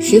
十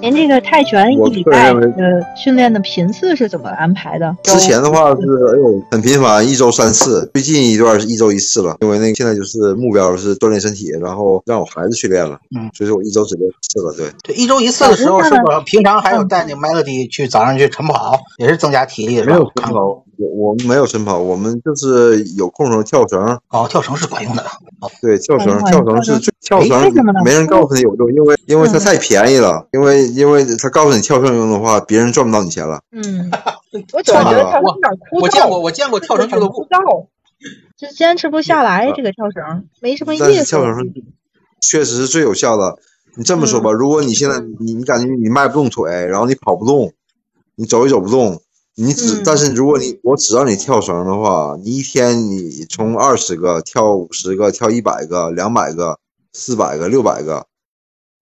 您这个泰拳一我礼个拜人认为的训练的频次是怎么安排的？之前的话是哎呦很频繁，一周三次，最近一段是一周一次了，因为那个现在就是目标是锻炼身体，然后让我孩子去练了，嗯，所以说我一周只练一次了，对，对，一周一次的时候，是不是平常还有带那 Melody 去早上去晨跑，也是增加体力是吧？晨跑，我我们没有晨跑，我们就是有空时候跳绳，哦，跳绳是管用的。对，跳绳哎，呀跳绳是最跳哎为绳什么呢没人告诉你有用，因为因为它嗯太便宜了，因为因为他告诉你跳绳有用的话，别人赚不到你钱了。嗯，我总觉得跳绳有点枯我见过，我见过跳绳俱乐部，燥，就坚持不下来嗯这个跳绳，没什么意但是思。跳绳是确实是最有效的。你这么说吧，嗯如果你现在你你感觉你迈不动腿，然后你跑不动，你走也走不动，你只、嗯但是如果你我只让你跳绳的话，你一天你从二十个跳五十个，跳一百个、两百个、四百个、六百个，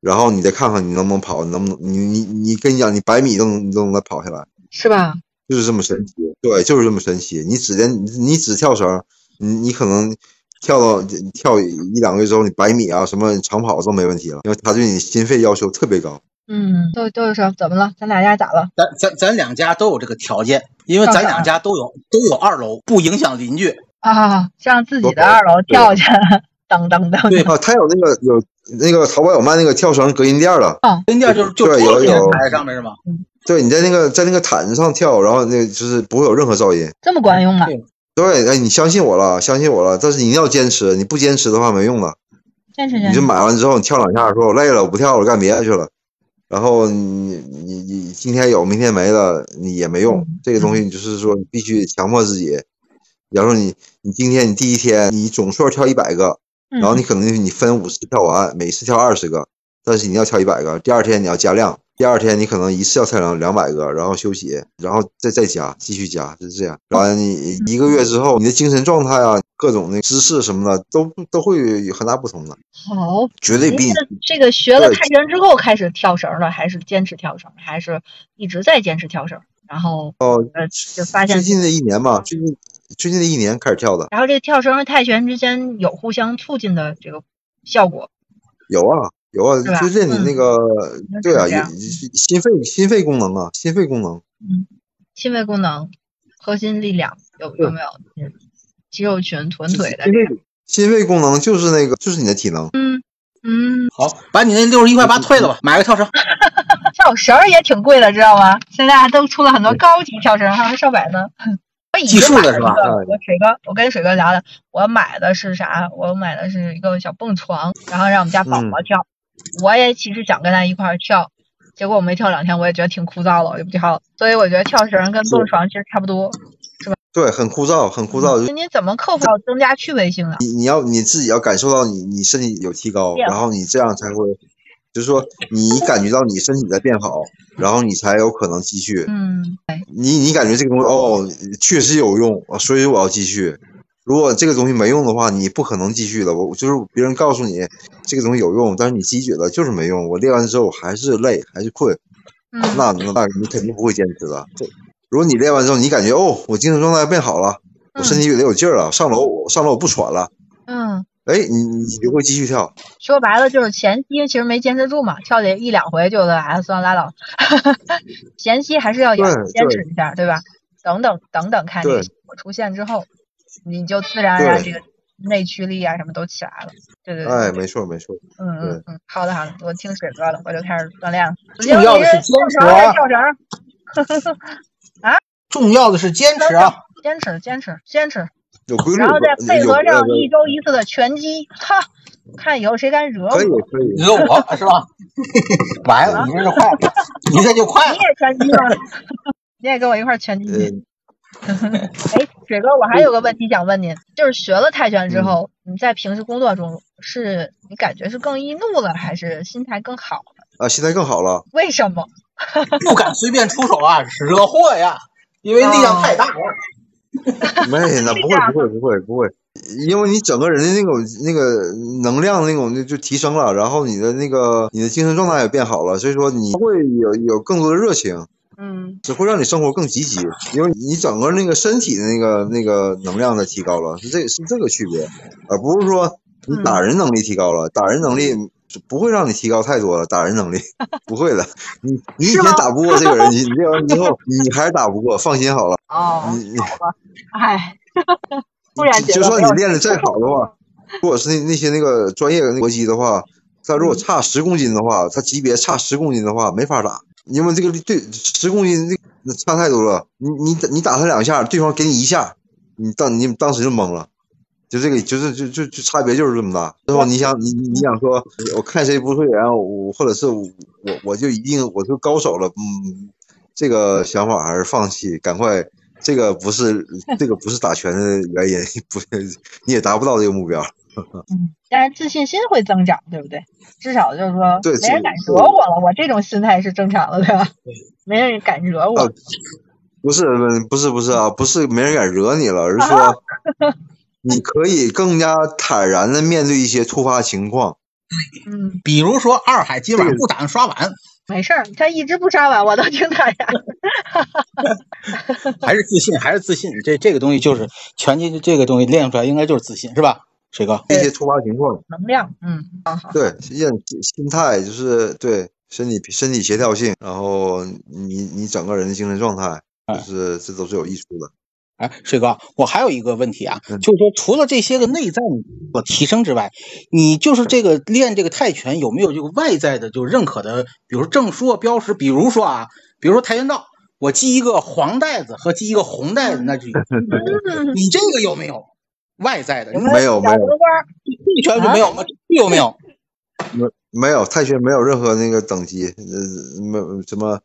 然后你再看看你能不能跑，能不能你你你跟你讲，你百米都能你都能再跑下来。是吧？就是这么神奇，对，就是这么神奇。你只练，你只跳绳，你你可能跳到跳一两个月之后，你百米啊什么长跑都没问题了，因为他对你心肺要求特别高。嗯，都都有什么？怎么了？咱俩家咋了？咱咱咱两家都有这个条件，因为咱两家都有都有二楼，不影响邻居。啊，上自己我的二楼对跳去， 噔噔噔。对啊，他有那个有那个淘宝有卖那个跳绳隔音垫儿的，人家就是就对坐有在有台上面是吗？对，你在那个在那个毯子上跳，然后那个就是不会有任何噪音。这么管用吗？啊对对，哎，你相信我了，相信我了，但是你一定要坚持，你不坚持的话没用的。坚持你坚就持。买完之后，你跳两下，说我累了，我不跳了，干别的去了。然后你你你今天有，明天没了，你也没用。嗯这个东西你就是说，你必须强迫自己。比方说你你今天你第一天你总数跳一百个，嗯然后你可能你分五次跳完，每次跳二十个，但是你要跳一百个。第二天你要加量，第二天你可能一次要跳两两百个，然后休息，然后再再加，继续加，就是这样。然后你嗯一个月之后，你的精神状态啊，各种那姿势什么的，都都会有很大不同的。好，绝对您比你是这个学了对泰拳之后开始跳绳了，还是坚持跳绳，还是一直在坚持跳绳？然后哦，呃，就发现嗯最近的一年吧，最近最近的一年开始跳的，然后这个跳绳和泰拳之间有互相促进的这个效果。有啊有啊对吧，就练你那个，那对是啊，这也样心肺心肺功能啊，心肺功能，心肺功能、核心力量有有对没有？嗯肌肉群、臀心腿的心，肺心肺功能就是那个就是你的体能，嗯嗯，好，把你那六十一块八退了吧，买个跳绳。跳绳儿也挺贵的，知道吗？现在都出了很多高级跳绳，还有上百呢。我已经计数买的了一是吧个嗯我水哥，我跟水哥聊聊，我买的是啥？我买的是一个小蹦床，然后让我们家宝嗯宝跳。我也其实想跟他一块儿跳，结果我没跳两天，我也觉得挺枯燥了，我就不跳了。所以我觉得跳绳跟蹦床其实差不多。对，很枯燥，很枯燥。就那您怎么克服到增加趣味性啊？你你要你自己要感受到你你身体有提高，变化然后你这样才会，就是说你感觉到你身体在变好，然后你才有可能继续。嗯，对你你感觉这个东西哦，确实有用，所以我要继续。如果这个东西没用的话，你不可能继续了。我就是别人告诉你这个东西有用，但是你自己觉得就是没用。我练完之后还是累，还是困，嗯，那那那你肯定不会坚持的。这如果你练完之后，你感觉哦，我精神状态变好了，我身体觉得有劲儿了，上楼我上楼我不喘了，嗯。嗯哎，你你你就会继续跳。说白了就是前期其实没坚持住嘛，跳了一两回就得哎算了 拉倒，前期还是要有对对坚持一下，对吧？等等等等，看这个对效果出现之后，你就自然而然这对个内驱力啊什么都起来了。对对对，哎，没错没错，嗯嗯嗯，好的好的，我听水哥了，我就开始锻炼了。重要的是坚持啊跳绳儿跳绳儿，重要的是坚持啊！坚持坚持坚持，有规律然吧。后再配有合上有一周一次的拳击，哈，看以后谁敢惹我可以。可以你，说我是吧？完了，你这是快了，你这就快你了。也拳击吗？ 你也跟我一块儿拳击去？嗯。哎，水哥，我还有个问题想问您，就是学了泰拳之后，你在平时工作中是你感觉是更易怒了，还是心态更好了？啊，现在更好了。为什么？不敢随便出手啊，惹祸呀，因为力量太大了。没， 那不会，不会，不会，不会，因为你整个人的那种那个能量那种就就提升了，然后你的那个你的精神状态也变好了，所以说你会有有更多的热情，嗯，只会让你生活更积极，因为你整个那个身体的那个那个能量的提高了，是这是这个区别，而不是说你嗯打人能力提高了，打人能力不会让你提高太多了，打人能力 不会的，你你以是前吗打不过这个人，你你练完之后你还是打不过，放心好了，哦，你你。 哎， 突然觉嗯就得算没有你练的再好的话，如果是那那些那个专业的搏击的话，他如果差十公斤的话，他级别差十公斤的话没法打，因为这个对十公斤那差太多了。你你打你打他两下，对方给你一下，你当你当时就懵了。就这个，就是就就就差别就是这么大。最后你想你你你想说，我看谁不顺眼，啊我或者是我我就一定我就高手了，嗯，这个想法还是放弃，赶快，这个不是这个不是打拳的原因，不是你也达不到这个目标。嗯，但是自信心会增长，对不对？至少就是说，对没人敢自惹我了，我这种心态是正常的，对吧？没人敢惹我，啊不是不是不是啊，不是没人敢惹你了，而是啊说你可以更加坦然的面对一些突发情况。嗯，比如说二海今晚不打算刷碗，没事儿，他一直不刷碗，我都听他呀。还是自信，还是自信。这这个东西就是拳击这个东西练出来，应该就是自信，是吧，水哥？一些突发情况，能量，嗯，好好，对，验心态就是对身体身体协调性，然后你你整个人的精神状态，就是这都是有益处的。哎，水哥，我还有一个问题啊，嗯就是说除了这些个内在的提升之外，你就是这个练这个泰拳有没有这个外在的就认可的，比如证书啊、标识，比如说啊，比如说跆拳道，我系一个黄带子和系一个红带子，那就有嗯 你这个有没有外在的？你 没小有没有荷官儿，泰拳就没有吗？啊有没有？没有泰拳没有任何那个等级，呃，没有什么，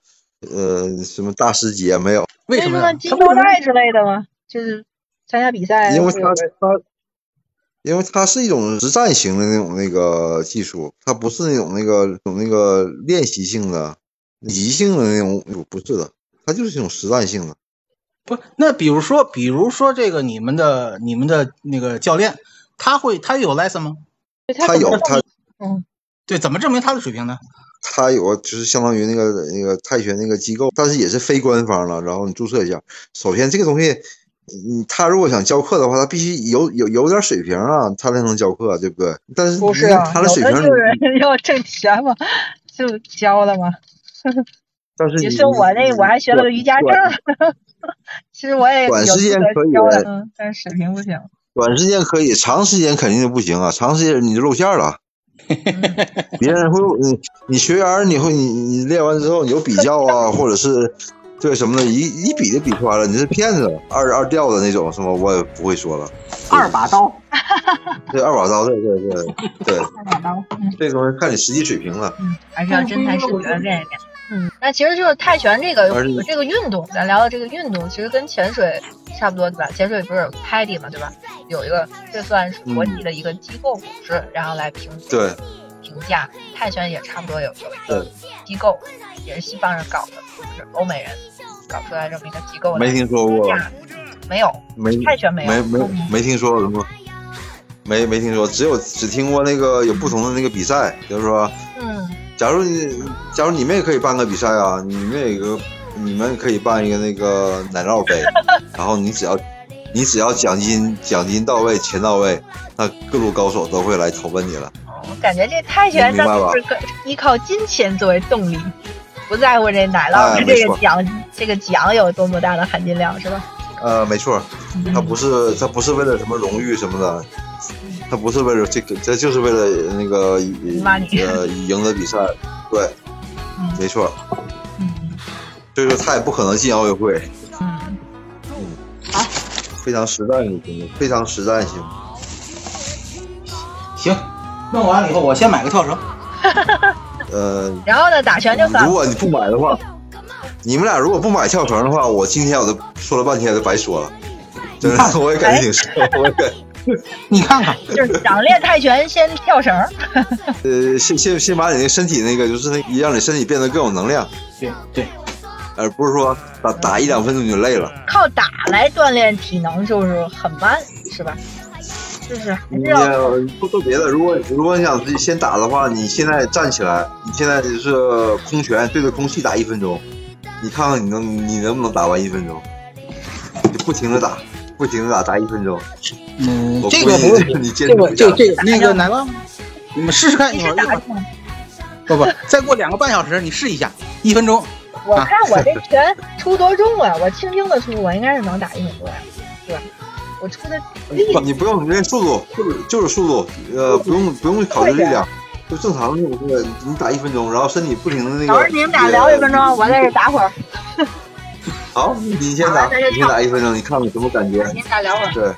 呃，什么大师级啊，没有，为什么么呀？金他为腰什么带之类的吗？就是参加比赛，因为会有它人它，因为它是一种实战型的那种那个技术，它不是那种那个那种那个练习性的、即性的那种，不是的，它就是一种实战性的。不，那比如说，比如说这个你们的你们的那个教练，他会他有 lesson 吗？他它怎么有会它对，怎么证明他的水平呢？它有就是相当于那个那个泰拳那个机构，但是也是非官方了，然后你注册一下。首先这个东西，嗯，他如果想教课的话，他必须有有有点水平啊，他才能教课，对不对？但是不是你看啊，他的水有平的你，就是 要挣钱嘛，就教了嘛。但是也你是我那我还学了个瑜伽证儿， 其实我也短有时资间格可以哎教的，嗯，但是水平不行。短时间可以，长时间肯定就不行啊！长时间你就露馅儿了，啊嗯别人会你你学员儿你会你你练完之后你有比较啊，或者是对什么的，一一比就比出来了，你是骗子，二二吊的那种什么我也不会说了，二把刀，对二把刀，对对对对，二把刀，嗯这东西看你实际水平了。嗯，还是要真材实学地练一练。嗯，那其实就是泰拳这个而且这个运动，咱聊聊这个运动，其实跟潜水差不多，对吧？潜水不是有 PADI 嘛，对吧？有一个这算是国际的一个机构组织，然后来评嗯对，评价泰拳也差不多有有一个机构，也是西方人搞的，就是欧美人搞出来这么一个机构来没听说过评，价，没有没泰拳没有没没没听说过什么，没没听说，只有只听过那个有不同的那个比赛，比如说，嗯。假如你假如你们也可以办个比赛啊，你们有一个你们可以办一个那个奶酪杯，然后你只要你只要奖金奖金到位，钱到位，那各路高手都会来投奔你了。我感觉这泰拳上就是个依靠金钱作为动力，不在乎这奶酪哎这没个错奖、这个奖有多么大的含金量，是吧？呃，没错，他不是他不是为了什么荣誉什么的，他不是为了这个，他就是为了那个骂你呃赢得比赛，对，嗯没错，嗯所以说他也不可能进奥运会，嗯嗯，非常实战性，非常实战性。行，弄完了以后我先买个跳绳。呃，然后呢，打拳就算如了。果你不买的话，你们俩如果不买跳绳的话，我今天我都说了半天都白说了，真的，我也感觉挺失望，我也感你看看，就是想练泰拳先跳绳儿，呃，先先先把你那个身体那个，就是那让你身体变得更有能量，对对，而不是说打打一两分钟你就累了。靠打来锻炼体能就是很慢，是吧？就是还是你要呃不说别的，如果如果你想自己先打的话，你现在站起来，你现在就是空拳对着空气打一分钟，你看看你能你能不能打完一分钟，你就不停的打，不停的打，打一分钟，嗯我，这估个计不问题， 你坚这持个不下这个这个那个奶酪，你们试试看，你一会是儿一打会儿不不，再过两个半小时你试一下，一分钟，我看我这拳出多重啊？我轻轻的出，我应该是能打一米多呀，对吧？我出的力你不用练速度，就是就是速度，呃，不用不用考虑力量，就正常的那个，你打一分钟，然后身体不停的那个。呃老师，你们俩聊一分钟，我在这打会儿。好，你先打，你先打一分钟，你看看什么感觉？你们俩聊会儿。对，